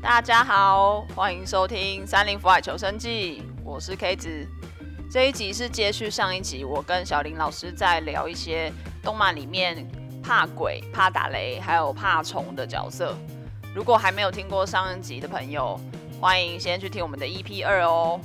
大家好，欢迎收听《三林福海求生记》，我是 K 子。这一集是接续上一集，我跟小林老师在聊一些动漫里面怕鬼、怕打雷，还有怕虫的角色。如果还没有听过上一集的朋友，欢迎先去听我们的 EP 二哦。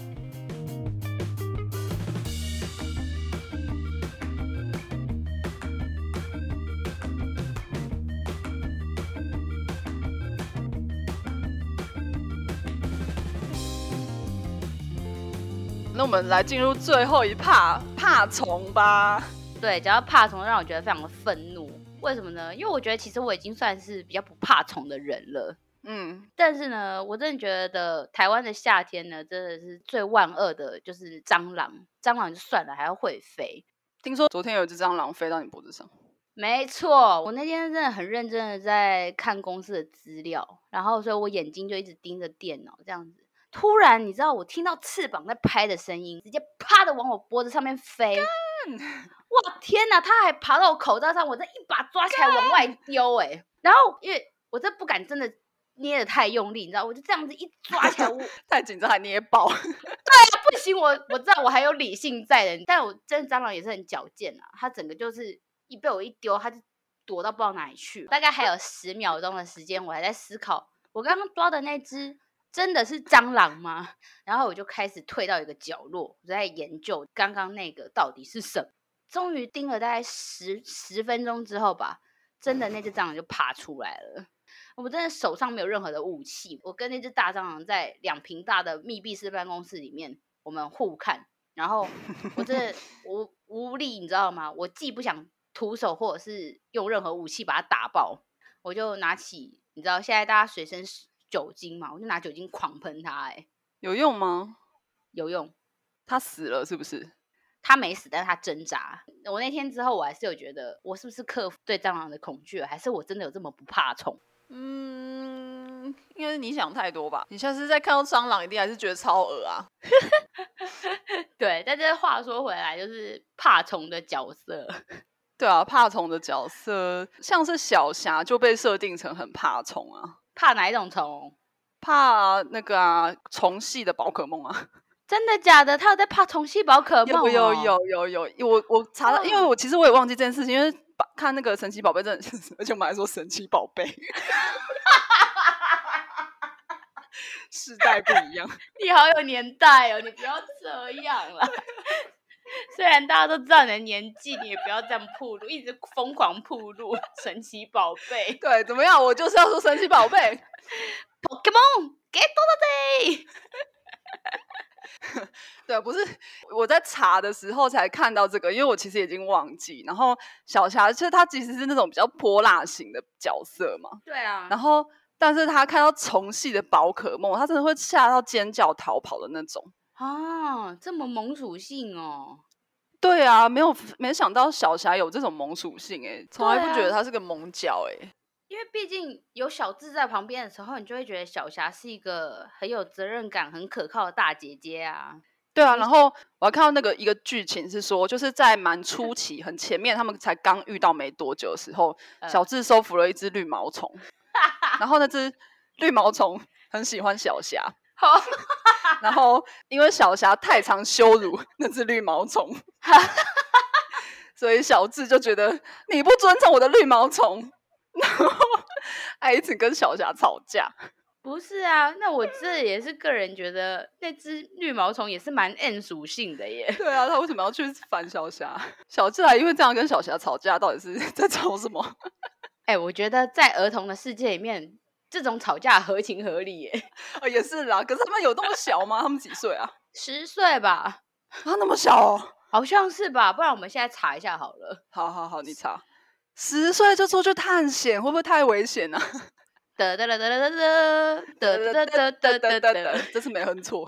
那我们来进入最后一怕怕虫吧。对，只要怕虫让我觉得非常的愤怒。为什么呢？因为我觉得其实我已经算是比较不怕虫的人了。嗯，但是呢，我真的觉得台湾的夏天呢，真的是最万恶的，就是蟑螂。蟑螂就算了，还要会飞。听说昨天有一只蟑螂飞到你脖子上。没错，我那天真的很认真的在看公司的资料，然后所以我眼睛就一直盯着电脑这样子。突然，你知道我听到翅膀在拍的声音，直接啪的往我脖子上面飞。哇天哪！它还爬到我口罩上，我这一把抓起来往外丢哎、然后因为我这不敢真的捏的太用力，你知道，我就这样子一抓起来，我太紧张还捏爆，不行，我我知道我还有理性在的，但我真的蟑螂也是很矫健啊，它整个就是一被我一丢，它就躲到不知道哪里去。大概还有十秒钟的时间，我还在思考，我刚刚抓的那只真的是蟑螂吗？然后我就开始退到一个角落，我在研究刚刚那个到底是什么。终于盯了大概十十分钟之后吧，真的那只蟑螂就爬出来了。我真的手上没有任何的武器，我跟那只大蟑螂在两平大的密闭式办公室里面，我们互看，然后我真的无无力，你知道吗？我既不想徒手或者是用任何武器把它打爆，我就拿起，你知道现在大家随身是酒精嘛，我就拿酒精狂喷它、欸，哎， 有用吗？有用。它死了是不是？它没死，但是它挣扎。我那天之后，我还是有觉得，我是不是克服对蟑螂的恐惧了，还是我真的有这么不怕虫？ 嗯，应该是你想太多吧。你下次再看到蟑螂，一定还是觉得超恶啊。对，但是话说回来，就是怕虫的角色，对啊，怕虫的角色，像是小霞就被设定成很怕虫啊，怕哪一种虫？怕那个啊虫系的宝可梦啊。真的假的？他有在怕虫细宝可梦、有哦？嗯有有有有，我我查到，因为我其实我也忘记这件事情，因为把看那个神奇宝贝真的是， 而且我们还说神奇宝贝， 世代不一样。你好有年代哦，你不要这样 啦。虽然大家都知道你的年纪，你也不要这样铺路，一直疯狂铺路。 神奇宝贝对，怎么样？我就是要说神奇宝贝。 ，Pokemon Get 多多 y 对，不是我在查的时候才看到这个，因为我其实已经忘记。然后小霞就是她其实是那种比较泼辣型的角色嘛，对啊然后但是她看到虫系的宝可梦，她真的会吓到尖叫逃跑的那种。啊，这么萌属性哦，对啊，没有没想到小霞有这种萌属性哎、从来对不觉得啊她是个萌角哎、因为毕竟有小智在旁边的时候，你就会觉得小霞是一个很有责任感、很可靠的大姐姐啊。对啊，然后我还看到那个一个剧情是说，就是在蛮初期、很前面，他们才刚遇到没多久的时候，呃小智收服了一只绿毛虫，然后那只绿毛虫很喜欢小霞，好，然后因为小霞太常羞辱那只绿毛虫，所以小智就觉得你不尊重我的绿毛虫，然后还一直跟小霞吵架。不是啊，那我这也是个人觉得那只绿毛虫也是蛮 N 属性的耶。 对啊，他为什么要去烦小霞？小智还因为这样跟小霞吵架，到底是 在吵什么？哎、我觉得在儿童的世界里面，这种吵架合情合理耶。 哦，也是啦。可是他们有那么小吗？他们几岁啊？十岁吧，啊，那么小哦。好像是吧？不然我们现在查一下好了。好好好，你查。十岁就出去探险，会不会太危险呢、啊？得得得得得得得得得得得 得得。，这次没哼错，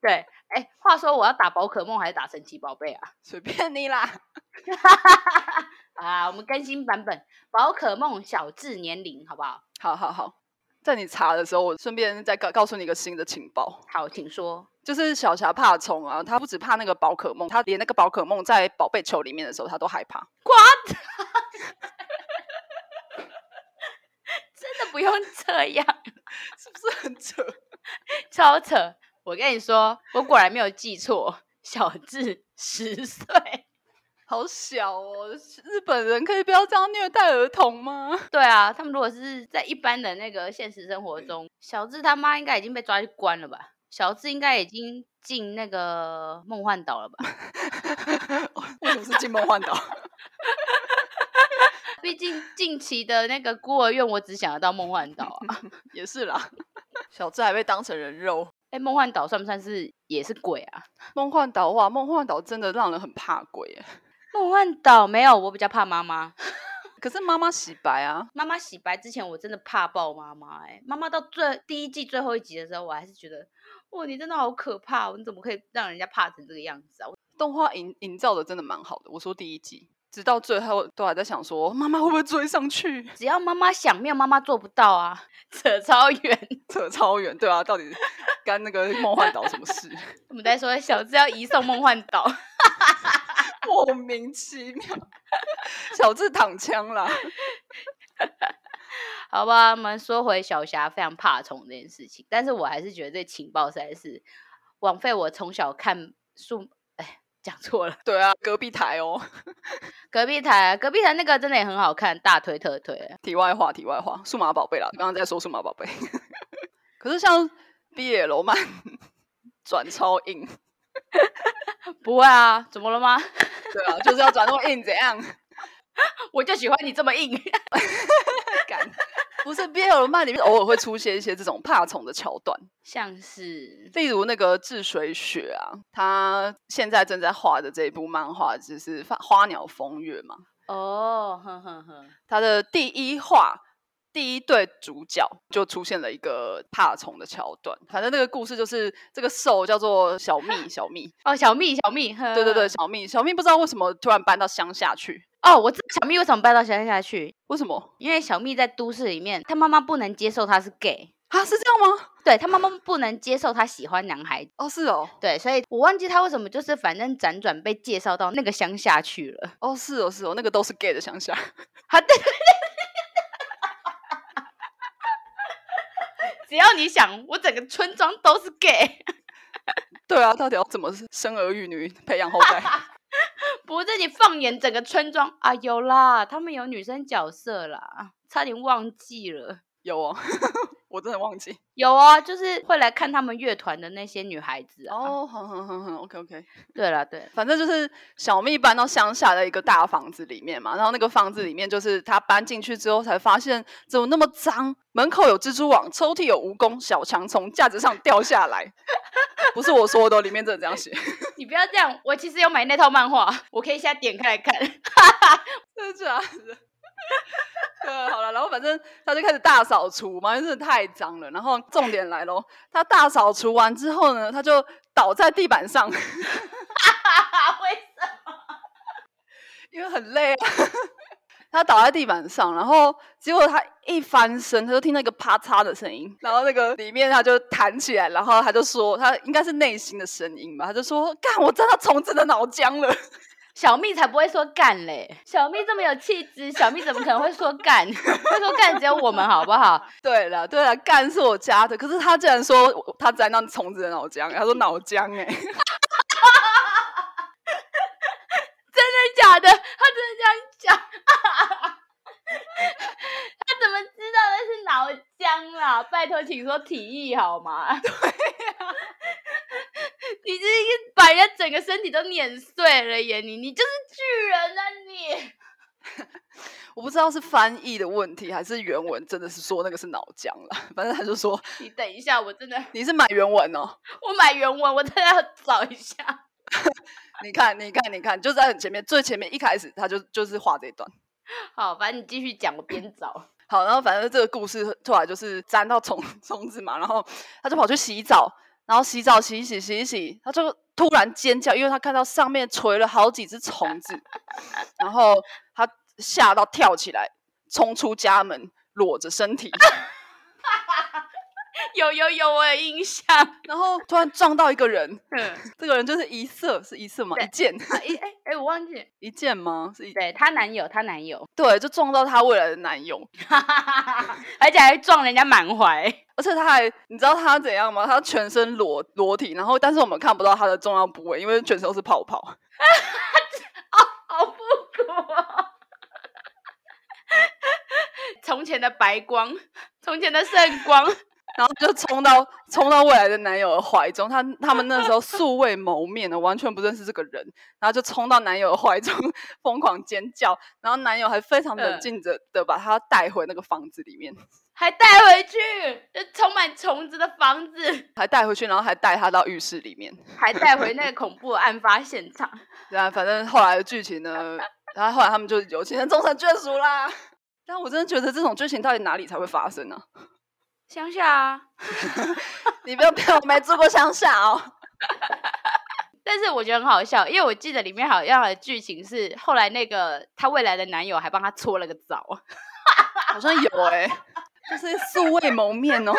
对，哎、话说我要打宝可梦还是打神奇宝贝啊？随便你啦。啊，我们更新版本，宝可梦小智年龄好不好？好好好，在你查的时候，我顺便再告告诉你一个新的情报，好，请说。 就是小霞怕虫啊，她不只怕那个宝可梦，她连那个宝可梦在宝贝球里面的时候，她都害怕。真的不用这样，是不是很扯？ 超扯！我跟你说，我果然没有记错，小智十岁， 好小哦！日本人可以不要这样虐待儿童吗？对啊，他们如果是在一般的那个现实生活中，小智他妈应该已经被抓去关了吧？小智应该已经进那个梦幻岛了吧？ 为什么是进梦幻岛？毕竟近期的那个孤儿院，我只想得到梦幻岛啊。 也是啦， 小智还被当成人肉。哎、梦幻岛算不算是也是鬼啊？梦幻岛哇，梦幻岛真的让人很怕鬼耶。梦幻岛没有，我比较怕妈妈。可是妈妈洗白啊，妈妈洗白之前，我真的怕爆妈妈、哎，妈妈到最第一季最后一集的时候，我还是觉得，哇，你真的好可怕、哦，你怎么可以让人家怕成这个样子啊？动画营营造的真的蛮好的。我说第一季，直到最后都还在想说，妈妈会不会追上去？ 只要妈妈想，没有妈妈做不到啊， 扯超远。 扯超远，对啊，到底干那个梦幻岛什么事？ 我们在说小智要移送梦幻岛， 莫名其妙，小智躺枪啦。好吧，我们说回小霞非常怕虫这件事情，但是我还是觉得这情报实在是枉费我从小看数，哎，讲错了，对啊，隔壁台哦。隔壁台，隔壁台那个真的也很好看，大推特推。 题外话，题外话，数码宝贝啦，刚刚在说数码宝贝。 可是像 BL 漫 转超硬，不会啊，怎么了吗？ 对啊，就是要转那么硬，怎样？ 我就喜欢你这么硬。敢？不是 BL 漫里面偶尔会出现一些这种怕宠的桥段，像是例如那个治水雪啊，他现在正在画的这一部漫画就是《花鸟风月》嘛，哦，哼哼哼，他的第一话第一对主角就出现了一个怕虫的桥段。反正那个故事就是这个兽叫做小蜜，小蜜，哦，小蜜小蜜，呵对对对，，小蜜，小蜜不知道为什么突然搬到乡下去，哦，我知道小蜜为什么搬到乡下去，为什么？因为小蜜在都市里面，她妈妈不能接受她是 gay，啊，是这样吗？对她妈妈不能接受她喜欢男孩子。哦，是哦，对，所以我忘记她为什么，就是反正辗转被介绍到那个乡下去了。哦，是哦，是哦，那个都是 gay 的乡下，好的， 只要你想，我整个村庄都是 gay。对啊，到底要怎么生儿育女、培养后代？ 不是你放眼整个村庄啊，有啦，他们有女生角色啦，差点忘记了。有哦， 我真的忘记。有啊，就是会来看他们乐团的那些女孩子啊。哦，好好好好，OK OK。对了，对啦，反正就是小蜜搬到乡下的一个大房子里面嘛，然后那个房子里面就是她搬进去之后才发现怎么那么脏，门口有蜘蛛网，抽屉有蜈蚣，小强从架子上掉下来。 不是我说的哦，里面真的这样写，你不要这样，我其实有买那套漫画，我可以现在点开来 看。 真的假的？对，啊好了，然后反正他就开始大扫除嘛，因为真的太脏了。然后重点来喽，他大扫除完之后呢，他就倒在地板上， 为什么？因为很累啊。 他倒在地板上，然后结果他一翻身，他就听到一个啪嚓的声音，然后那个里面他就弹起来，然后他就说，他应该是内心的声音吧，他就说：“干，我沾到虫子的脑浆了。 小蜜才不会说干嘞！小蜜这么有气质，小蜜怎么可能会说干？ 会说干只有我们好不好？”对了，对了，干是我加的，可是他竟然说我他沾到虫子的脑浆，他说脑浆哎、真的假的？他真的这样讲？他怎么知道那是脑浆啦？拜托，请说体液好吗？ 对呀、啊你这个把人家整个身体都碾碎了耶！你你就是巨人啊你！我不知道是翻译的问题还是原文真的是说那个是脑浆了， 反正他就说你等一下，我真的你是买原文哦，我买原文，我真的要找一下。你看你看你看，就在很前面最前面一开始他就就是画这一段。好，反正你继续讲，我边找。好，然后反正这个故事突然就是沾到虫虫子嘛，然后他就跑去洗澡，然后洗澡洗一洗洗一洗，他就突然尖叫，因为他看到上面垂了好几只虫子，然后他吓到跳起来，冲出家门，裸着身体，有有有，我有印象。然后突然撞到一个人，嗯，这个人就是一色，是一色吗？对一剑， 哎哎哎，我忘记， 一剑吗？是一对她男友，她男友， 对，就撞到她未来的男友，而且还撞人家满怀。而且他还，你知道他怎样吗？他全身裸裸体，然后但是我们看不到他的重要部位，因为全身都是泡泡。 好复古、哦。从前的白光，从前的圣光，然后就冲到冲到未来的男友的怀中，他他们那时候素未谋面的，完全不认识这个人，然后就冲到男友的怀中疯狂尖叫，然后男友还非常冷嗯静着的把他带回那个房子里面，还带回去，这充满虫子的房子，还带回去，然后还带他到浴室里面。还带回那个恐怖的案发现场。对啊，反正后来的剧情呢，然后后来他们就有情人终成眷属啦。 但我真的觉得这种剧情到底哪里才会发生呢、 乡下啊，你不要骗我没住过乡下哦。但是我觉得很好笑，因为我记得里面好像的剧情是后来那个她未来的男友还帮她搓了个澡。好像有哎、就是素未谋面哦。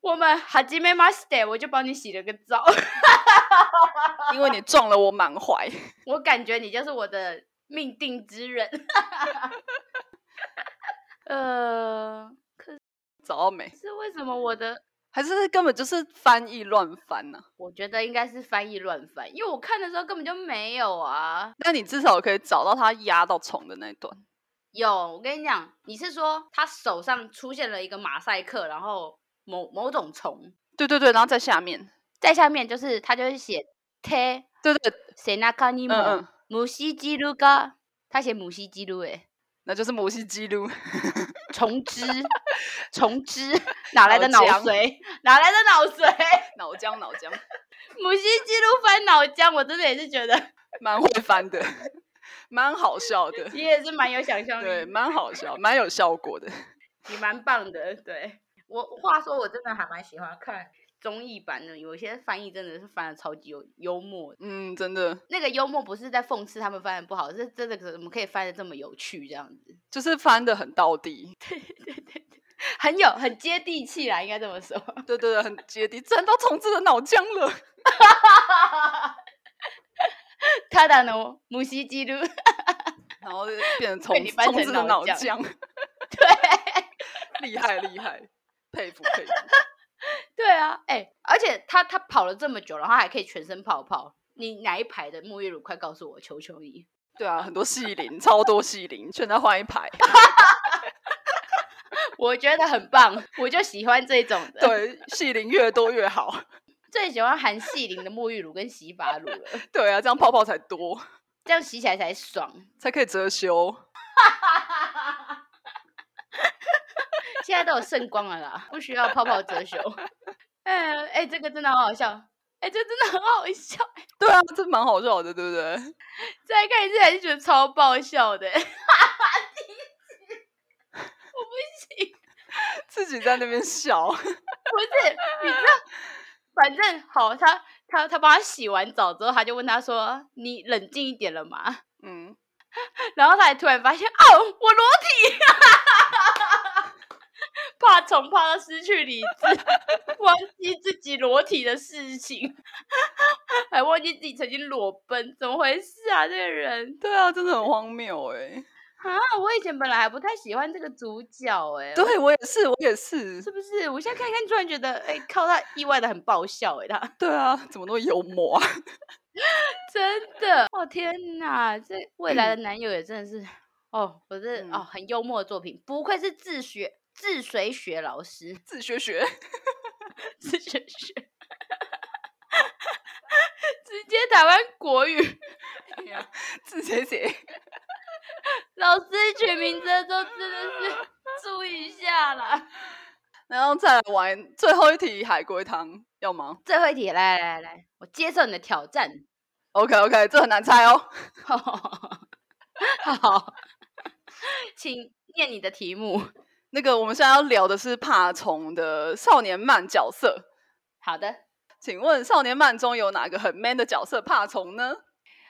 我们哈基梅马 stay，我就帮你洗了个澡。因为你撞了我满怀，我感觉你就是我的命定之人。 呃，找到没？是为什么我的？还是根本就是翻译乱翻呢、我觉得应该是翻译乱翻，因为我看的时候根本就没有啊。那你至少可以找到他压到虫的那一段。有，我跟你讲，你是说他手上出现了一个马赛克，然后某某种虫对对对，然后在下面，在下面，就是他就是写 te 对对，谁那卡尼姆嗯嗯母西基鲁嘎，他写母西基鲁诶，那就是摩西记录。虫汁虫汁哪来的脑脑浆髓？哪来的脑髓？ 脑浆脑浆，母系记录翻脑浆，我真的也是觉得 蛮会翻的，蛮好笑的，你也是蛮有想象对，力，蛮好笑，蛮有效果的。 你蛮棒的。对我话说，我真的还蛮喜欢看综艺版的，有一些翻译真的是翻的超级有幽默的。嗯，真的那个幽默不是在讽刺他们翻的不好，是真的怎么可以翻的这么有趣这样子，就是翻的很到地，很有很接地气啦，应该这么说。 对对对，很接地，沾到虫子的脑浆了。 他的呢，母系记录，然后就变成虫你子掰虫成子的脑脑浆浆， 对，厉害厉害，佩服佩服。对啊，哎、而且他他跑了这么久，然后还可以全身泡泡，你哪一排的沐浴乳？快告诉我，求求你！对啊，很多戏灵，超多戏灵，全在换一 排。 我觉得很棒，我就喜欢这种的。，对，戏灵越多越好。最喜欢含细鳞的沐浴乳跟洗发乳了，对啊，这样泡泡才多，这样洗起来才爽。才可以遮羞。现在都有圣光了啦，不需要泡泡遮羞。 哎哎、这个真的好好笑，哎、这真的很好笑。对啊，这蛮好笑的，对不对？ 再看一次还是觉得超爆笑的、 自己在那边笑，不是，你知道，反正好，他他他帮他洗完澡之后，他就问他说：“你冷静一点了吗嗯，？”然后他还突然发现，哦，我裸体，怕虫怕到失去理智，忘记自己裸体的事情，还忘记自己曾经裸奔，怎么回事啊？这个人对啊，真的很荒谬哎、啊，我以前本来还不太喜欢这个主角、欸，哎，对我也是，我也是是。不是？我现在看一看，突然觉得，哎、靠，他意外的很爆笑、欸，哎， 他。对啊，怎么那么幽默啊？真的，哦天哪，这未来的男友也真的是，哦，我这、哦嗯很幽默的作品，不愧是自学自随学老师，自学学，自学学，直接台湾国语自学学。老师取名字的时候真的是注意一下啦。然后再来玩最后一题海龟汤，要吗最后一题，来来来，我接受你的挑战。 ？OK OK，这很难猜哦。好，请念你的题目。那个我们现在要聊的是怕虫的少年漫角色，好的。请问少年漫中有哪个很 man 的角色怕虫呢？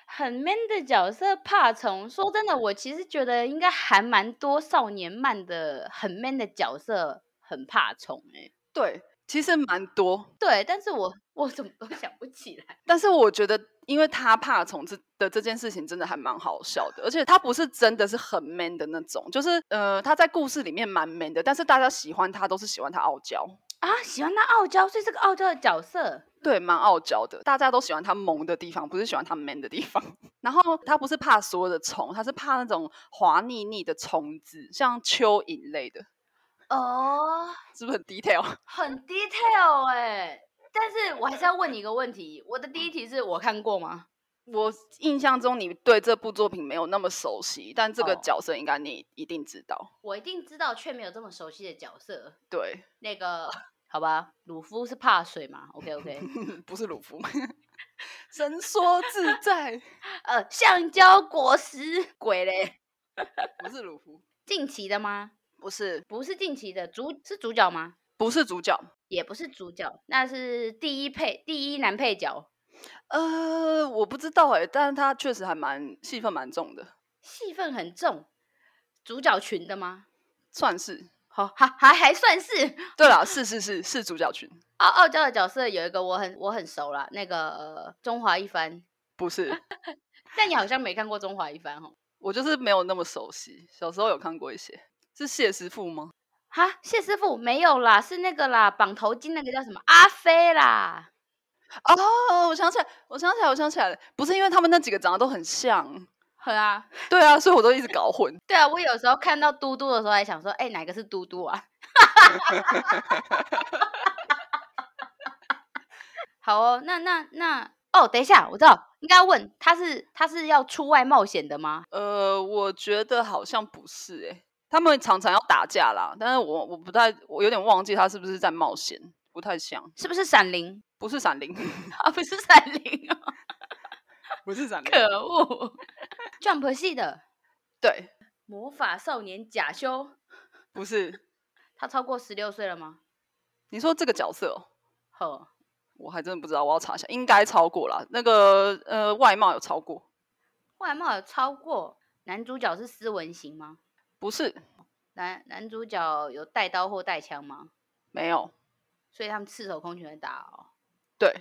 很 man 的角色怕虫，说真的，我其实觉得应该还蛮多少年漫的很 man 的角色很怕虫哎、对，其实蛮多，对，但是我我怎么都想不起来。但是我觉得，因为他怕虫这的这件事情真的还蛮好笑的，而且他不是真的是很 man 的那种，就是呃他在故事里面蛮 man 的，但是大家喜欢他都是喜欢他傲娇，啊，喜欢他傲娇，所以这个傲娇的角色对，蛮傲娇的，大家都喜欢他萌的地方，不是喜欢他 man 的地方。 然后他不是怕所有的虫，他是怕那种滑腻腻的虫子，像蚯蚓类的，哦，是不是很 detail？ 很 detail 哎、但是我还是要问你一个问题，我的第一题是我看过吗？我印象中你对这部作品没有那么熟悉，但这个哦角色应该你一定知道。我一定知道，却没有这么熟悉的角色。对， 那个好吧，鲁夫是怕水嘛？OK OK， 不是鲁夫， 神说自在，呃，橡胶果实鬼嘞，不是鲁夫，近期的吗？不是，不是近期的，主是主角吗？不是主角。也不是主角，那是第一配第一男配角，呃，我不知道哎、但是他确实还蛮戏份蛮重的，戏份很重，主角群的吗？算是。好、还还还算是对啦，是是是是主角群，傲傲娇的角色有一个我很我很熟啦，那个、呃中华一番，不是。但你好像没看过中华一番哦。我就是没有那么熟悉，小时候有看过一些。是谢师傅吗？哈，谢师傅没有啦，是那个啦，绑头巾那个叫什么阿飞啦。哦，我想起来，我想起来，我想起来了，不是因为他们那几个长得都很像，很啊，对啊，所以我都一直搞混。对啊，我有时候看到嘟嘟的时候，还想说，哎、哪个是嘟嘟啊？ 好哦，那那那哦，等一下，我知道，应该要问他是他是要出外冒险的吗？呃，我觉得好像不是诶、他们常常要打架啦，但是我我不太，我有点忘记他是不是在冒险，不太像，是不是闪灵不是闪灵，啊？不是闪灵哦， 不是闪灵，可恶 ！Jump 系的 对，魔法少年假修，不是。他超过十六岁了吗？你说这个角色、哦，呵，我还真的不知道，我要查一下，应该超过啦。那个呃，外貌有超过，外貌有超过男主角是斯文型吗？不是，男男主角有带刀或带枪吗？没有，所以他们赤手空拳的打哦。对，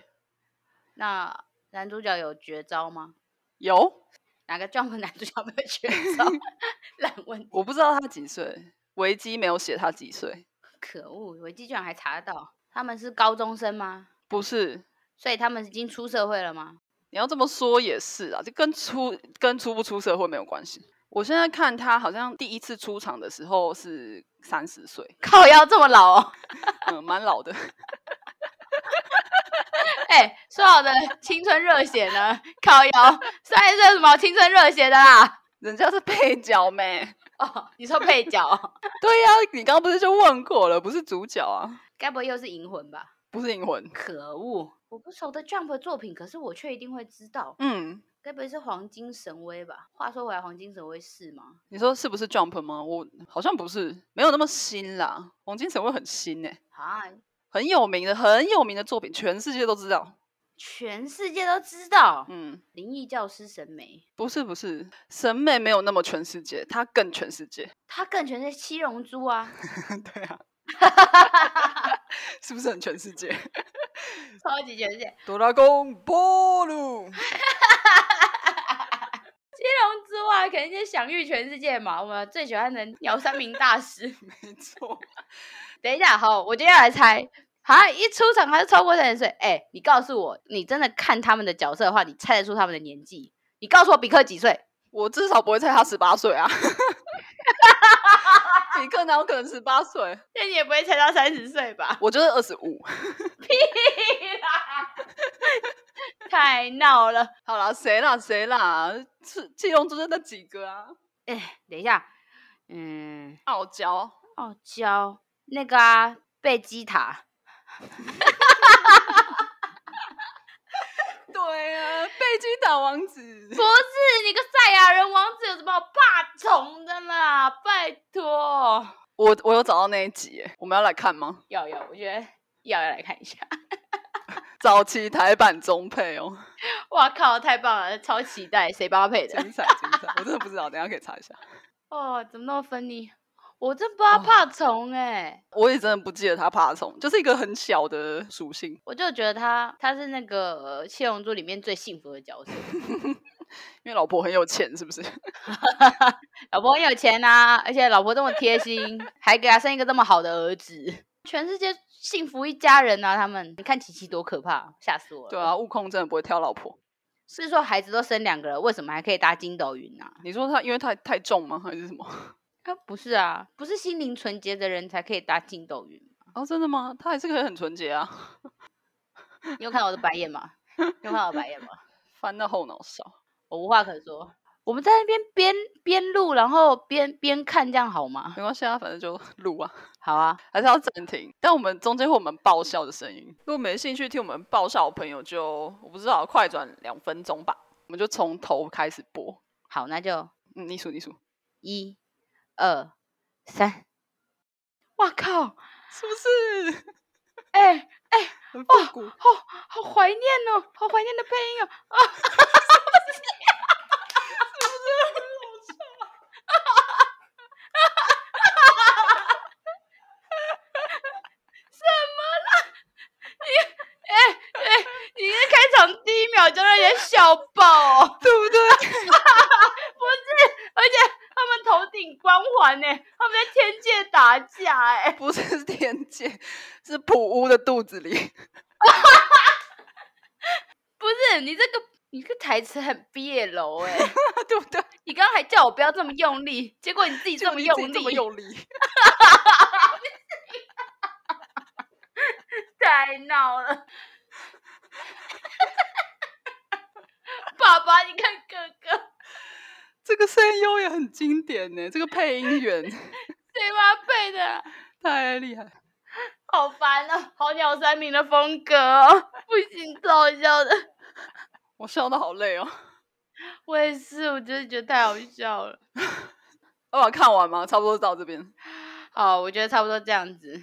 那男主角有绝招吗？有，哪个 Jump 男主角没有绝招？ 烂问题，我不知道他几岁，维基没有写他几岁，可恶！维基居然还查得到，他们是高中生吗？不是。所以他们已经出社会了吗？ 你要这么说也是啊，这跟出跟出不出社会没有关系。我现在看他好像第一次出场的时候是三十岁，靠腰这么老哦！嗯，蛮老的。哎、说好的青春热血呢？靠腰，三十岁有什么青春热血的啦？人家是配角咩？哦，你说配角哦、对呀、你刚刚不是就问过了，不是主角啊， 该不会又是银魂吧？不是银魂。可恶！我不熟的 Jump 作品，可是我却一定会知道，嗯，该不会是黄金神威吧？话说回来，黄金神威是吗？你说是不是 Jump 吗？我好像不是，没有那么新啦。黄金神会很新呢、欸啊，很有名的，很有名的作品，全世界都知道。全世界都知道，嗯，灵异教师神眉，不是不是，审美没有那么全世界，它更全世界。他更全是七龙珠啊， 对 啊，是不是很全世界？ 超级全世界，七哆啦公波鲁，龙珠啊，肯定是享誉全世界嘛。我们最喜欢的鸟山明大师。 没错。等一下，好，我今天要来猜。啊！一出场他就超过三十岁，哎、你告诉我，你真的看他们的角色的话，你猜得出他们的年纪？你告诉我比克几岁？我至少不会猜他十八 岁啊。比克哪有可能十八岁？那你也不会猜到三十岁吧？我就是二十五。 太闹了！好啦，谁啦谁啦？是七龙珠就那几个啊，哎、等一下，嗯，傲娇。傲娇那个啊，贝基 塔，对啊，贝基塔王子 不是你个赛亚人王子有什么好怕虫的啦？拜托，我我有找到那一集耶，我们要来看吗？要要，我觉得要要来看一下。早期台版中配哦。哇靠，太棒了，超期 待，谁帮他配的？精彩精彩！我真的不知道，等一下可以查一下。哦，怎么那么分你？我真不知道哦怕虫哎、我也真的不记得它爬虫，就是一个很小的属性，我就觉得他他是那个呃七龙珠里面最幸福的角色，因为老婆很有钱，是不 是？老婆很有钱啊，而且老婆这么贴心，还给他生一个这么好的儿子，全世界幸福一家人啊！他们你看琪琪多可怕，吓死我了。对啊，悟空真的不会挑老婆。是说孩子都生两个了，为什么还可以搭筋斗云呢、啊？你说他因为太太重吗？还是什么？ 啊，不是啊，不是心灵纯洁的人才可以搭筋斗云。哦，真的吗？他还是可以很纯洁啊，你有看到我的白眼吗？你有看到我的白眼吗？翻到后脑勺。我无话可说。我们在那边边边录，然后边边看，这样好吗？ 没关系啊，反正就录啊，好啊，还是要暂停。但我们中间会有我们爆笑的声音，如果没兴趣听我们爆笑的朋友就，我不知道，快转两分钟吧，我们就从头开始播。好，那就嗯，你数你数，一、二、三。哇靠！是不是 哎、很复古？好好怀念哦，好怀念的配音哦。啊， 什么？哎你是开场第一秒就让人笑爆、哦，对不对？不是？而且他们头顶光环呢，他们在天界打架哎， 不是是天界， 是普乌的肚子 里。 不是？你这个你这个台词很憋楼哎。对不 对？你刚刚还叫我不要这么用力，结果你自己结这果么你用自己力，这么 用 力，太闹了。爸爸，你看哥哥，这个声优也很经典呢。这个配音员 谁妈配的啊？太厉害了，好烦啊！好鸟三明的风格哦，不行，超好笑的。我笑到好 累哦。我也是，我真的觉得太好笑了。我把它哦看完吗？差不多到这 边，好，我觉得差不多这样子。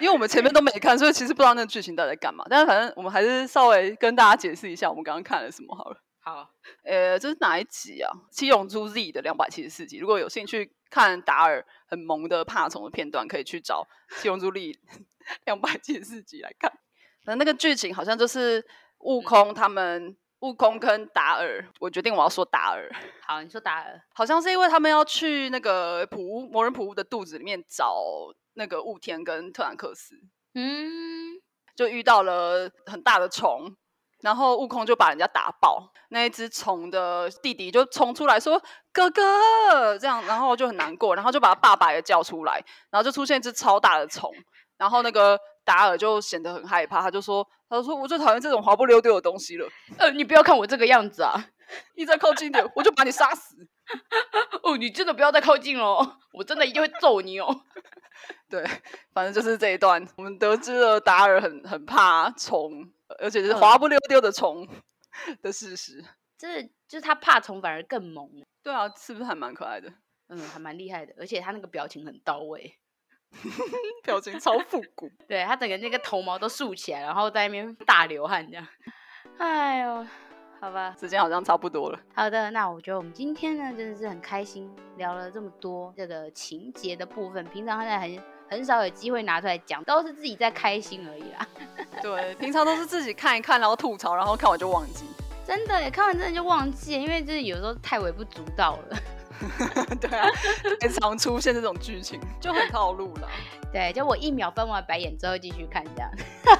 因为我们前面都没看，所以其实不知道那个剧情到底在干嘛。但是反正我们还是稍微跟大家解释一下我们刚刚看了什么好了。好，呃，这是哪一集啊？《七龙珠 Z》的两百七十四集。如果有兴趣看达尔很萌的怕虫的片段，可以去找《七龙珠 Z》两百七十四集来看。那那个剧情好像就是悟空他们，悟空跟达尔，我决定我要说达尔，好，你说达尔，好像是因为他们要去那个普乌魔人普乌的肚子里面找那个悟天跟特兰克斯，嗯，就遇到了很大的虫，然后悟空就把人家打爆。那一只虫的弟弟就冲出来说：“哥哥！”这样，然后就很难过，然后就把他爸爸也叫出来，然后就出现一只超大的虫，然后那个达尔就显得很害怕，他就说：“他就说我最讨厌这种滑不溜丢的东西了，呃，你不要看我这个样子啊！一再靠近一点，我就把你杀死。”哦，你真的不要再靠近了哦，我真的一定会揍你哦。对，反正就是这一段，我们得知了达尔很很怕虫，而且是滑不溜丢的虫的事实。这 就是他怕虫反而更萌，对啊，是不是还蛮可爱的？嗯，还蛮厉害的，而且他那个表情很到位， 表情超复古。对他整个那个头毛都竖起来，然后在那边大流汗这样。哎呦，好吧，时间好像差不多了，好的，那我觉得我们今天呢真的是很开心，聊了这么多这个情节的部分，平常现在很很少有机会拿出来讲，都是自己在开心而已啦。 对，平常都是自己看一看，然后吐槽，然后看完就忘记。真的耶，看完真的就忘记了，因为就是有时候太微不足道了。 对啊，很常出现这种剧情，就很套路了。对，就我一秒翻完白眼之后继续看这样。对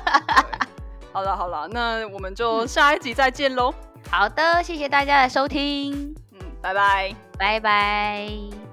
好了好了，那我们就下一集再见喽。好的，谢谢大家的收听，嗯，拜拜。拜拜。